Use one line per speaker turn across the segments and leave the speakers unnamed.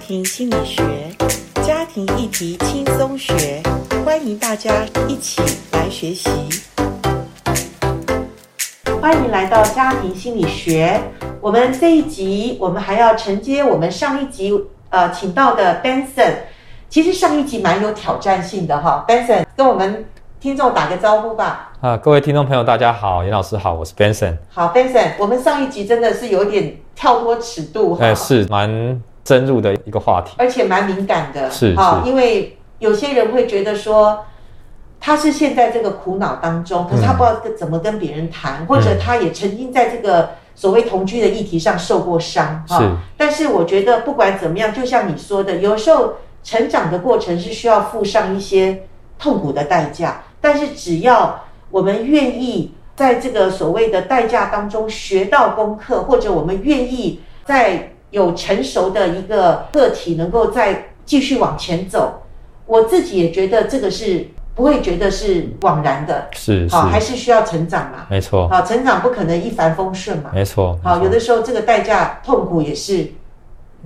庭心理学，家庭议题轻松学，欢迎大家一起来学习。欢迎来到家庭心理学。我们这一集，我们还要承接我们上一集呃请到的 Benson。其实上一集蛮有挑战性的哈，Benson 跟我们听众打个招呼吧。
啊，各位听众朋友，大家好，严老师好，我是 Benson。
好，Benson，我们上一集真的是有点跳脱尺度哈，
哎、是蛮深入的一个话题。
而且蛮敏感的，
是
哈，
是
因为有些人会觉得说，他是陷在这个苦恼当中，可是
嗯
他不知道怎么跟别人谈，或者他也曾经在这个所谓同居的议题上受过伤
是
但是我觉得不管怎么样，就像你说的，有时候成长的过程是需要付上一些痛苦的代价，但是只要我们愿意在这个所谓的代价当中学到功课，或者我们愿意在有成熟的一个个体能够再继续往前走，我自己也觉得这个是不会觉得是枉然的，
是是
好、，哦还是需要成长嘛，
没错，
好、成长不可能一帆风顺嘛，
没错，
好、
没错
有的时候这个代价痛苦也是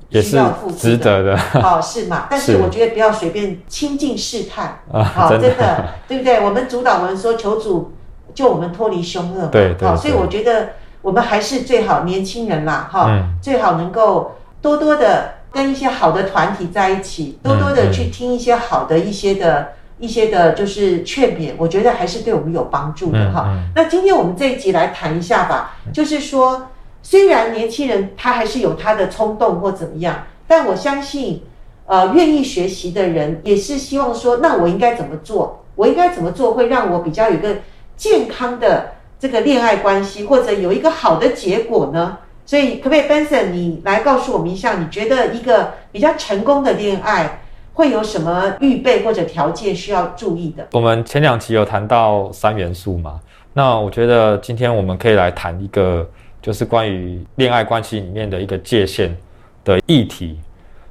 也
需
是
要付出
值得的。
哦，是嘛？但是
是
我觉得不要随便亲近试探
啊
好
真的
真的，对不对？我们主导文说求主救我们脱离凶恶嘛，
对对
好所以
对
我觉得我们还是最好年轻人啦，哈、
嗯
最好能够多多的跟一些好的团体在一起，多多的
嗯嗯
去听一些好的一些的。一些的就是劝勉，我觉得还是对我们有帮助的
嗯
哈。
嗯
那今天我们这一集来谈一下吧，就是说，虽然年轻人他还是有他的冲动或怎么样，但我相信，呃，愿意学习的人也是希望说，那我应该怎么做？我应该怎么做会让我比较有一个健康的这个恋爱关系，或者有一个好的结果呢？所以，可不可以 Benson 你来告诉我们一下，你觉得一个比较成功的恋爱会有什么预备或者条件需要注意的？
我们前两期有谈到三元素嘛，那我觉得今天我们可以来谈一个，就是关于恋爱关系里面的一个界限的议题。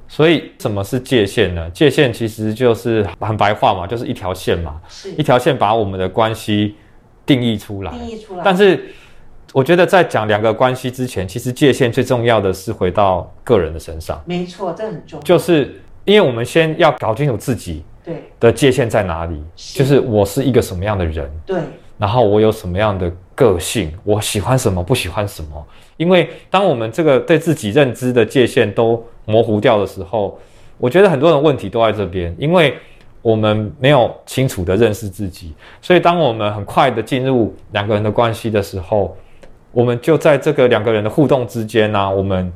所以，什么是界限呢？界限其实就是很白话嘛，就是一条线嘛，
是
一条线把我们的关系定义出来。
定义出来，
但是我觉得在讲两个关系之前，其实界限最重要的是回到个人的身上，
没错，这很重要。
就是因为我们先要搞清楚自己
对
的界限在哪里，
是
就是我是一个什么样的人，
对，
然后我有什么样的个性，我喜欢什么，不喜欢什么。因为当我们这个对自己认知的界限都模糊掉的时候，我觉得很多人问题都在这边，因为我们没有清楚的认识自己，所以当我们很快的进入两个人的关系的时候，我们就在这个两个人的互动之间呢、我们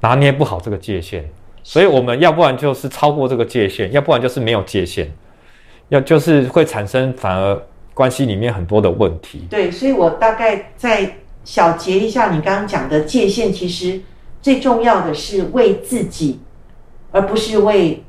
拿捏不好这个界限，所以我们要不然就是超过这个界限，要不然就是没有界限，要就是会产生反而关系里面很多的问题。
对，所以我大概再小结一下你刚刚讲的界限，其实最重要的是为自己，而不是为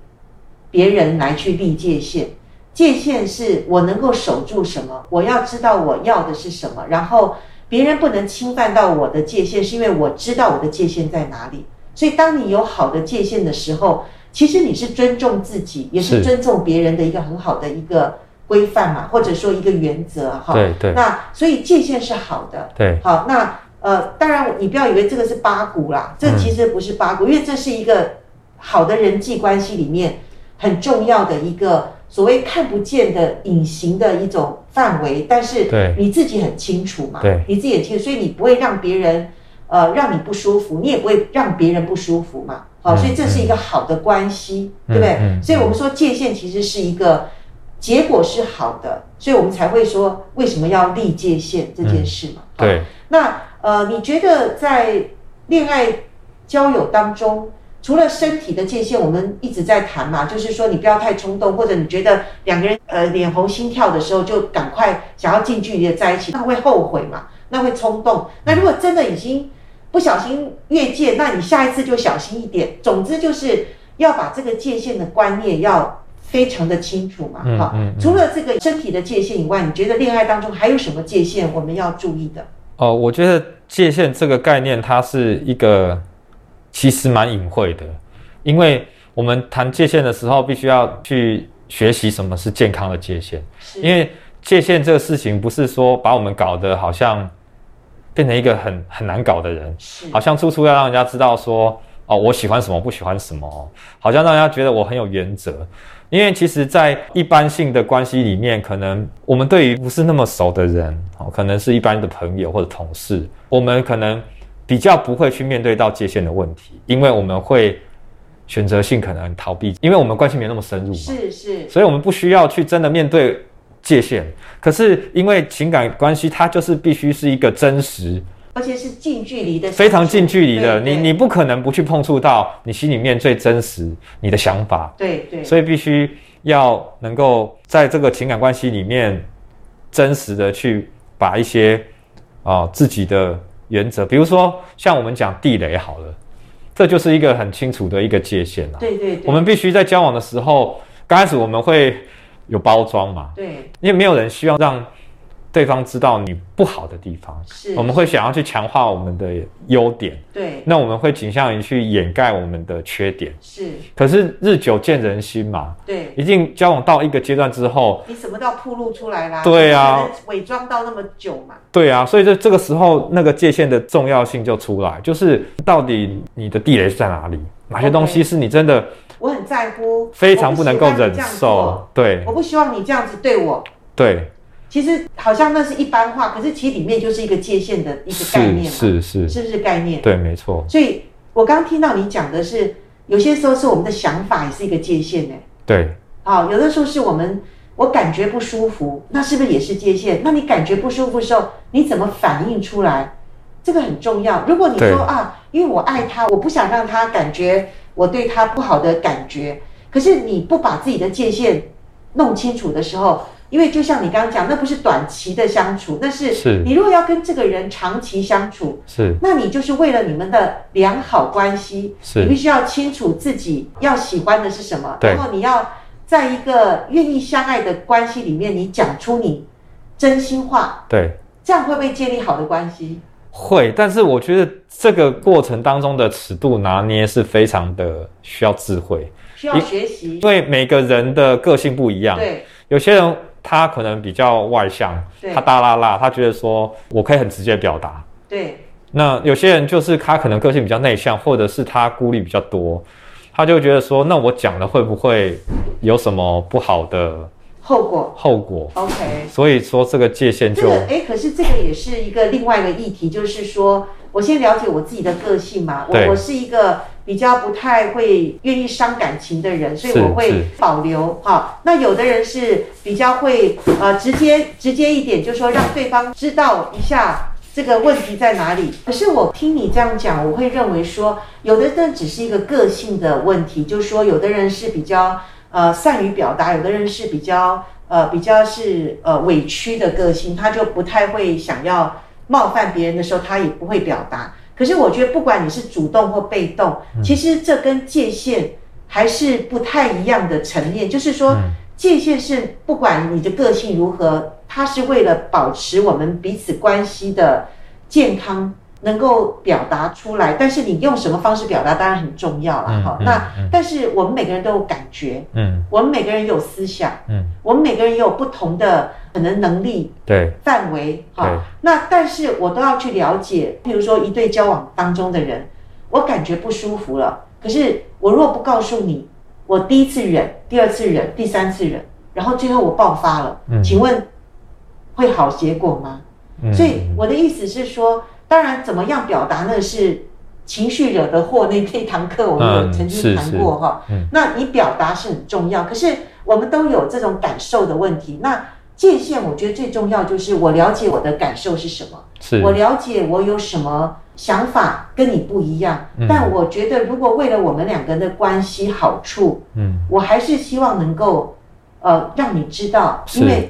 别人来去立界限。界限是我能够守住什么，我要知道我要的是什么，然后别人不能侵犯到我的界限，是因为我知道我的界限在哪里。所以，当你有好的界限的时候，其实你是尊重自己，也是
是
尊重别人的一个很好的一个规范嘛，或者说一个原则哈。
对对
那所以界限是好的。
对，
好，那呃，当然你不要以为这个是八股啦，这
嗯
其实不是八股，因为这是一个好的人际关系里面很重要的一个所谓看不见的隐形的一种范围，但是
对
你自己很清楚嘛，
对
你自己很清楚，所以你不会让别人呃让你不舒服，你也不会让别人不舒服嘛。好，
嗯
所以这是一个好的关系，
嗯
对不对？
嗯
所以我们说界限其实是一个结果是好的，所以我们才会说为什么要立界限这件事嘛。好
对，
那呃，你觉得在恋爱交友当中，除了身体的界限，我们一直在谈嘛，就是说你不要太冲动，或者你觉得两个人呃脸红心跳的时候，就赶快想要近距离的在一起，那会后悔嘛，那会冲动。那如果真的已经不小心越界，那你下一次就小心一点。总之就是要把这个界限的观念要。非常的清楚嘛，
嗯
哈、
嗯嗯
除了这个身体的界限以外，你觉得恋爱当中还有什么界限我们要注意的？
哦，我觉得界限这个概念，它是一个其实蛮隐晦的，因为我们谈界限的时候，必须要去学习什么是健康的界限，
是
因为界限这个事情，不是说把我们搞得好像变成一个很很难搞的人，
是
好像处处要让人家知道说，哦，我喜欢什么，不喜欢什么哦，好像让人家觉得我很有原则。因为其实，在一般性的关系里面，可能我们对于不是那么熟的人，哦，可能是一般的朋友或者同事，我们可能比较不会去面对到界限的问题，因为我们会选择性可能逃避，因为我们关系没那么深入嘛。
是是，
所以我们不需要去真的面对界限。可是因为情感关系，它就是必须是一个真实、
而且是近距离的，
非常近距离的，
对
你你不可能不去碰触到你心里面最真实你的想法，
对对，
所以必须要能够在这个情感关系里面真实的去把一些啊、自己的原则，比如说像我们讲地雷好了，这就是一个很清楚的一个界限啦。
对对对，
我们必须在交往的时候，刚开始我们会有包装嘛，
对
因为没有人希望让对方知道你不好的地方，
是
我们会想要去强化我们的优点，
对
那我们会倾向于去掩盖我们的缺点。
是，
可是日久见人心嘛，
对
一定交往到一个阶段之后，
你什么都要铺露出来啦，
对啊，
伪装到那么久嘛，
对啊，所以这这个时候那个界限的重要性就出来，就是到底你的地雷是在哪里，哪些东西是你真的
我很在乎，
非常不能够忍
我
受？对
不希望你这样做，我不希望你这样子对我。
对，
其实好像那是一般话，可是其实里面就是一个界限的一个概
是
念嘛，
是是，
是不是概念？
对，没错，
所以我刚听到你讲的是，有些时候是我们的想法也是一个界限呢、
对
啊、有的时候是我们我感觉不舒服，那是不是也是界限？那你感觉不舒服的时候，你怎么反应出来？这个很重要。如果你
对
说啊，因为我爱他，我不想让他感觉我对他不好的感觉，可是你不把自己的界限弄清楚的时候，因为就像你刚刚讲，那不是短期的相处，那是
是
你如果要跟这个人长期相处，
是。
那你就是为了你们的良好关系，
是
你必须要清楚自己要喜欢的是什么，
对
然后你要在一个愿意相爱的关系里面，你讲出你真心话，
对，
这样会不会建立好的关系？
会，但是我觉得这个过程当中的尺度拿捏是非常的需要智慧，
需要学习
因，为每个人的个性不一样，
对
有些人他可能比较外向
对，
他大啦啦，他觉得说我可以很直接表达。
对
那有些人就是他可能个性比较内向，或者是他顾虑比较多，他就觉得说，那我讲了会不会有什么不好的
后果
后果？
，OK。
所以说这个界限
这
就
个哎，可是这个也是一个另外一个议题，就是说我先了解我自己的个性嘛，我
对
我是一个比较不太会愿意伤感情的人，所以
是
我会
是
保留哈。那有的人是比较会呃直接直接一点，就说让对方知道一下。这个问题在哪里？可是我听你这样讲，我会认为说，有的人只是一个个性的问题，就是说，有的人是比较呃善于表达，有的人是比较呃比较是呃委屈的个性，他就不太会想要冒犯别人的时候，他也不会表达。可是我觉得，不管你是主动或被动，
嗯
其实这跟界限还是不太一样的层面。就是说，
嗯
界限是不管你的个性如何，它是为了保持我们彼此关系的健康，能够表达出来。但是你用什么方式表达，当然很重要了。
嗯
哈、
嗯
那、
嗯
但是我们每个人都有感觉，
嗯
我们每个人有思想，
嗯，
我们每个人有不同的可能能力
对
范围
对
哈。那但是我都要去了解，譬如说一对交往当中的人，我感觉不舒服了，可是我若不告诉你，我第一次忍，第二次忍，第三次忍，然后最后我爆发了，
嗯
请问会好结果吗？
嗯
所以我的意思是说，当然怎么样表达那是情绪惹的祸那那堂课我们有
嗯
曾经
是
谈
是
过哈、
嗯
那你表达是很重要，可是我们都有这种感受的问题。那界限，我觉得最重要就是我了解我的感受是什么，
是
我了解我有什么想法跟你不一样。
嗯
但我觉得，如果为了我们两个人的关系好处，
嗯
我还是希望能够，呃，让你知道，
是
因为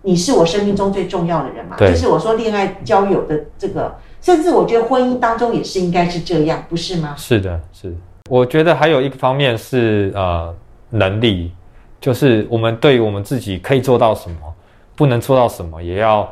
你是我生命中最重要的人嘛。
对
就是我说恋爱交友的这个，甚至我觉得婚姻当中也是应该是这样，不是吗？
是的，是。我觉得还有一个方面是呃能力，就是我们对于我们自己可以做到什么，不能做到什么，也要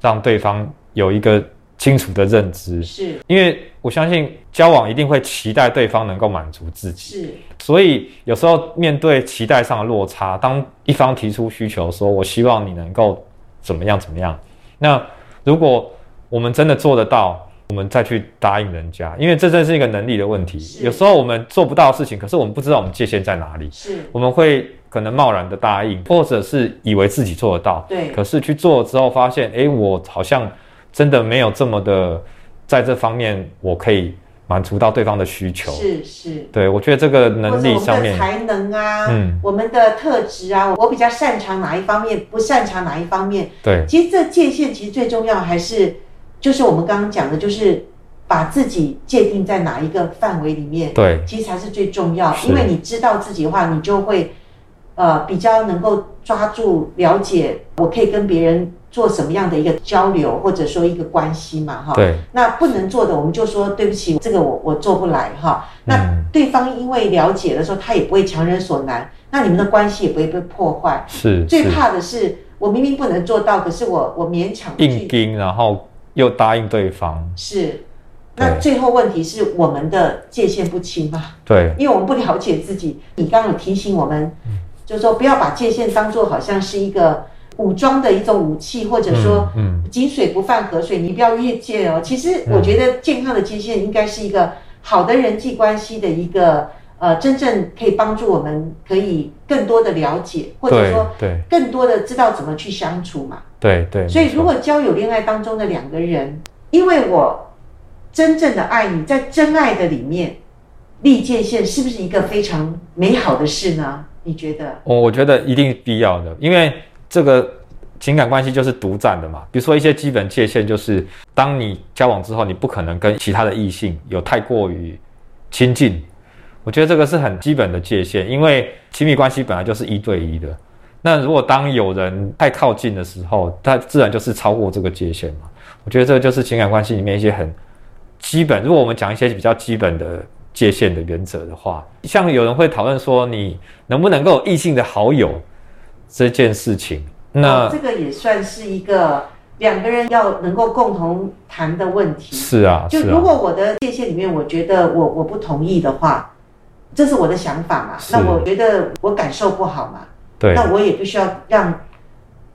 让对方有一个清楚的认知。
是
因为我相信交往一定会期待对方能够满足自己，
是，
所以有时候面对期待上的落差，当一方提出需求说“我希望你能够怎么样怎么样”，那如果我们真的做得到，我们再去答应人家，因为这真是一个能力的问题。
是
有时候我们做不到的事情，可是我们不知道我们界限在哪里，
是，
我们会可能贸然的答应，或者是以为自己做得到，
对，
可是去做之后发现，诶，我好像真的没有这么的在这方面，我可以满足到对方的需求。
是是，
对，我觉得这
或
个
者
能
我
力
们
上
的
面，
才能啊，
嗯
我们的特质啊，我比较擅长哪一方面，不擅长哪一方面。
对，
其实这界限其实最重要还是，就是我们刚刚讲的，就是把自己界定在哪一个范围里面，
对，
其实才是最重要。
是
因为你知道自己的话，你就会呃比较能够抓住了解，我可以跟别人做什么样的一个交流，或者说一个关系嘛，哈。
对，
那不能做的，我们就说对不起，这个我我做不来哈。那
嗯
对方因为了解的时候，他也不会强人所难，那你们的关系也不会被破坏。
是
最
是
怕的是，我明明不能做到，可是我我勉强
硬
去
盯，然后又答应对方，
是。
对
那最后问题是我们的界限不清嘛，
对，
因为我们不了解自己。你刚刚有提醒我们，就是说不要把界限当做好像是一个武装的一种武器，或者说
嗯，
井水不犯河水，你不要越界哦。其实我觉得健康的界限应该是一个好的人际关系的一个呃，真正可以帮助我们可以更多的了解，或者
对
说
对
更多的知道怎么去相处嘛。
对对，
所以
没
如
错
果交友恋爱当中的两个人，因为我真正的爱你，在真爱的里面立界限，是不是一个非常美好的事呢？你觉得？
我我觉得一定必要的，因为这个情感关系就是独占的嘛。比如说一些基本界限，就是当你交往之后，你不可能跟其他的异性有太过于亲近。我觉得这个是很基本的界限，因为亲密关系本来就是一对一的。那如果当有人太靠近的时候，他自然就是超过这个界限嘛。我觉得这个就是情感关系里面一些很基本，如果我们讲一些比较基本的界限的原则的话，像有人会讨论说你能不能够有异性的好友这件事情，那、
哦这个也算是一个两个人要能够共同谈的问题。
是啊，
就是如
啊，
果我的界限里面，我觉得我我不同意的话，这是我的想法嘛。
是
那我觉得我感受不好嘛，
对，
那我也必须要让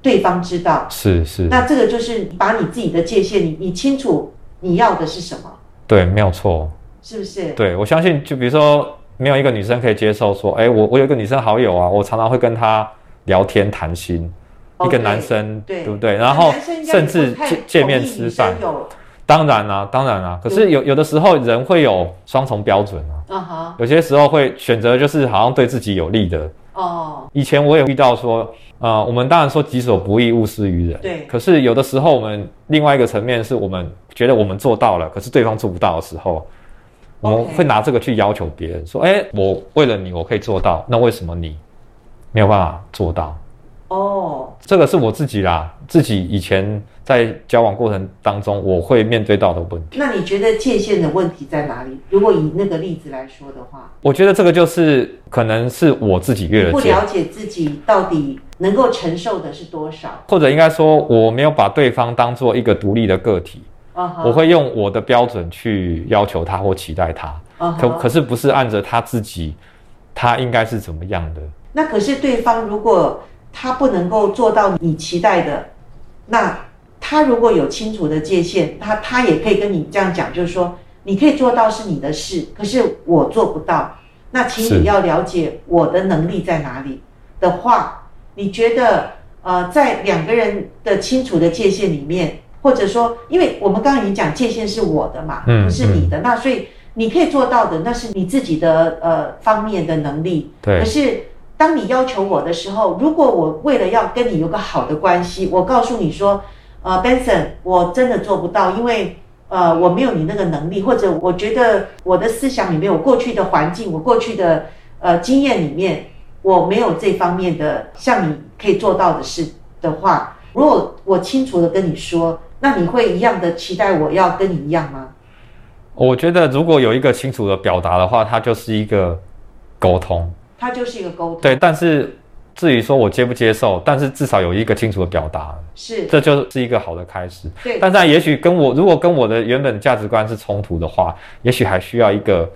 对方知道。
是是，
那这个就是把你自己的界限，你你清楚你要的是什么，
对，没有错，
是不是？
对我相信，就比如说没有一个女生可以接受说，哎，我我有一个女生好友啊，我常常会跟她聊天谈心，
哦
一个
对
男生
对
不对？然后
男生应该也
甚
不
至
太
见见面
同意
吃
女
饭
生，有，
当然啦、当然啦、啊可是有有的时候人会有双重标准啊，
啊哈，
有些时候会选择就是好像对自己有利的。
哦，
以前我也遇到说，呃，我们当然说己所不欲，勿施于人。
对
可是有的时候，我们另外一个层面是我们觉得我们做到了，可是对方做不到的时候，我们
OK
会拿这个去要求别人，说，哎、我为了你，我可以做到，那为什么你没有办法做到？
哦，
这个是我自己啦，自己以前在交往过程当中，我会面对到的问题。
那你觉得界限的问题在哪里？如果以那个例子来说的话，
我觉得这个就是可能是我自己越
不
了解，
了解自己到底能够承受的是多少，
或者应该说我没有把对方当做一个独立的个体，
啊哈，
我会用我的标准去要求他或期待他，
啊哈
可可是不是按着他自己，他应该是怎么样的？
那可是对方如果他不能够做到你期待的，那他如果有清楚的界限，他他也可以跟你这样讲，就是说你可以做到是你的事，可是我做不到，那请
是
你要了解我的能力在哪里的话，你觉得呃，在两个人的清楚的界限里面，或者说，因为我们刚刚已经讲界限是我的嘛，
嗯
不是你的，那所以你可以做到的，那是你自己的呃方面的能力，可
对
是当你要求我的时候，如果我为了要跟你有个好的关系，我告诉你说，呃，Benson，我真的做不到，因为呃我没有你那个能力，或者我觉得我的思想里面，我过去的环境，我过去的呃经验里面，我没有这方面的像你可以做到的事的话，如果我清楚的跟你说，那你会一样的期待我要跟你一样吗？
我觉得如果有一个清楚的表达的话，它就是一个沟通。
它就是一个沟通，
对，但是至于说我接不接受，但是至少有一个清楚的表达，
是，
这就是一个好的开始。
对，
但是也许跟我如果跟我的原本价值观是冲突的话，也许还需要一个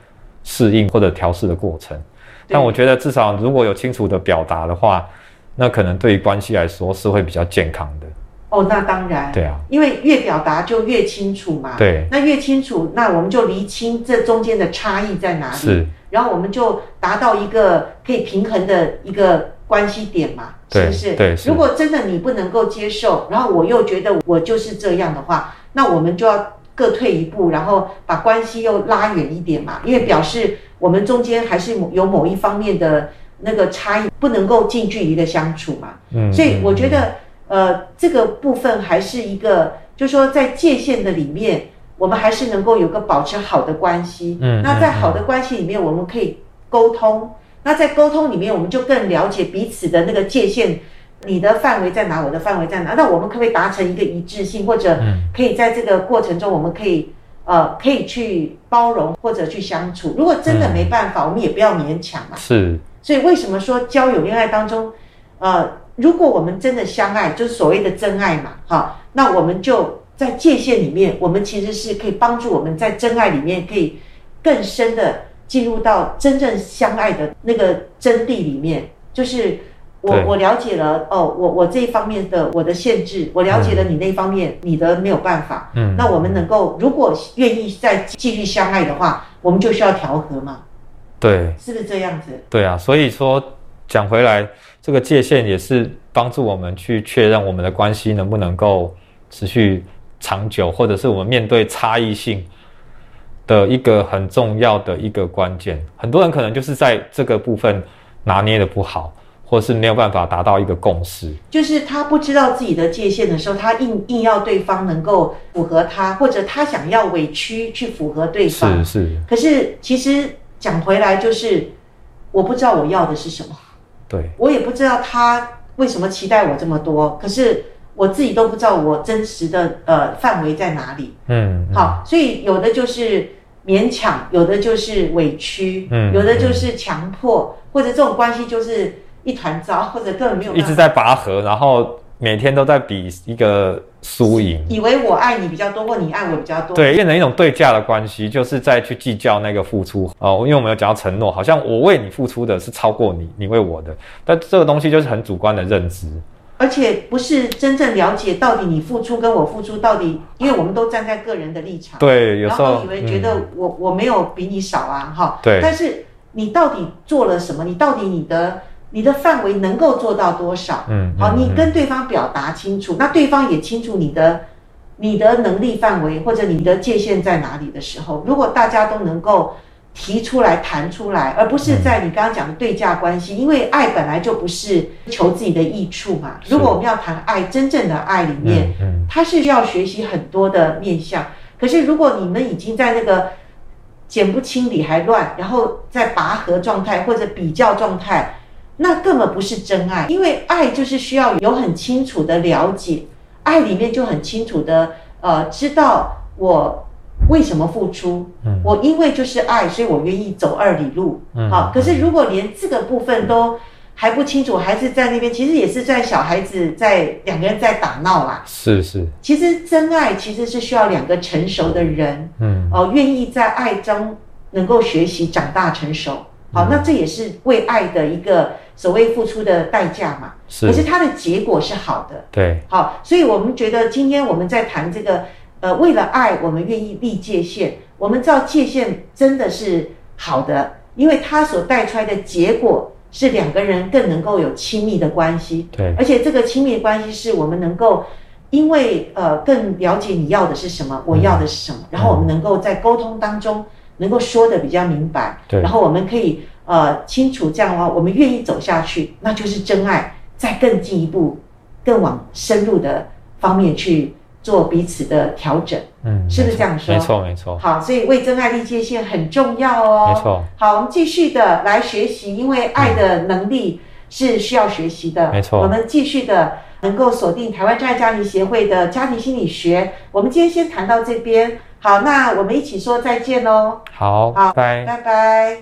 适应或者调试的过程。但我觉得至少如果有清楚的表达的话，那可能对于关系来说是会比较健康的。
哦，那当然，
对啊，
因为越表达就越清楚嘛。
对，
那越清楚，那我们就厘清这中间的差异在哪里，
是，
然后我们就达到一个可以平衡的一个关系点嘛，是
对
不是？
对是
如果真的你不能够接受，然后我又觉得我就是这样的话，那我们就要各退一步，然后把关系又拉远一点嘛，因为表示我们中间还是有某一方面的那个差异，不能够近距离的相处嘛。
嗯
所以我觉
得
得，呃，这个部分还是一个，就是说在界限的里面，我们还是能够有个保持好的关系。
嗯
那在
嗯
好的关系里面，我们可以沟通。那在沟通里面，我们就更了解彼此的那个界限，你的范围在哪，我的范围在哪。那我们可不可以达成一个一致性，或者
嗯
可以在这个过程中，我们可以呃可以去包容或者去相处。如果真
嗯
的没办法，我们也不要勉强嘛。
是
所以为什么说交友恋爱当中，呃，如果我们真的相爱，就是所谓的真爱嘛，哈，那我们就在界限里面，我们其实是可以帮助我们在真爱里面可以更深的进入到真正相爱的那个真谛里面，就是。我
对
我了解了哦，我我这一方面的我的限制，我了解了你那方面、你的没有办法，
嗯
那我们能够如果愿意再继续相爱的话，我们就需要调和嘛，
对
是不是这样子？
对啊，所以说讲回来，这个界限也是帮助我们去确认我们的关系能不能够持续长久，或者是我们面对差异性的一个很重要的一个关键。很多人可能就是在这个部分拿捏的不好，或是没有办法达到一个共识。
就是他不知道自己的界限的时候，他硬硬要对方能够符合他，或者他想要委屈去符合对
是
方。
是，
可是其实讲回来，就是我不知道我要的是什么，
对
我也不知道他为什么期待我这么多，可是我自己都不知道我真实的呃范围在哪里。
嗯，嗯，
好，所以有的就是勉强，有的就是委屈，
嗯
有的就是强迫，或者这种关系就是一团糟，或者根本没有
一
办法
直在拔河，然后每天都在比一个输赢。
以为我爱你比较多，或你爱我比较多。
对，变成一种对价的关系，就是在去计较那个付出哦。因为我们有讲到承诺，好像我为你付出的是超过你，你为我的，但这个东西就是很主观的认知。
而且不是真正了解到底你付出跟我付出到底，因为我们都站在个人的立场，
对，有
然
时候
后以为觉得
嗯
我、我没有比你少啊，哈，
对
但是你到底做了什么？你到底你的你的范围能够做到多少？
嗯
好，
嗯
你
嗯
跟对方表达清楚，那对方也清楚你的你的能力范围或者你的界限在哪里的时候，如果大家都能够提出来、谈出来，而不是
嗯
在你刚刚讲的对价关系，因为爱本来就不是求自己的益处嘛。
是
如果我们要谈爱，真正的爱里面，
嗯嗯
它是要学习很多的面向。可是如果你们已经在那个剪不清理还乱，然后在拔河状态或者比较状态，那根本不是真爱，因为爱就是需要有很清楚的了解，爱里面就很清楚的呃知道我为什么付出，
嗯
我因为就是爱，所以我愿意走二里路，
嗯
好、可是如果连这个部分都还不清楚，还是在那边，其实也是在小孩子在两个人在打闹啦。
是是
其实真爱其实是需要两个成熟的人
嗯
哦、愿意在爱中能够学习、长大、成熟。好、那这也是为爱的一个所谓付出的代价嘛。
是
可是它的结果是好的。
对
好，所以我们觉得今天我们在谈这个，呃，为了爱，我们愿意立界限。我们知道界限真的是好的，因为它所带出来的结果是两个人更能够有亲密的关系，
对
而且这个亲密的关系是我们能够。因为呃，更了解你要的是什么，我要的是什么，
嗯
然后我们能够在沟通当中能够说的比较明白，
对
然后我们可以呃清楚这样的话，我们愿意走下去，那就是真爱，再更进一步更往深入的方面去做彼此的调整。
嗯，
是不是
没错
这样说
没错没错
好，所以为真爱立界限很重要哦。
没错。
好，我们继续的来学习，因为爱的能力是需要学习的。
没错
我们继续的能够锁定台湾真爱家庭协会的家庭心理学。我们今天先谈到这边。好，那我们一起说再见喽。
好，
好
拜拜。
拜拜。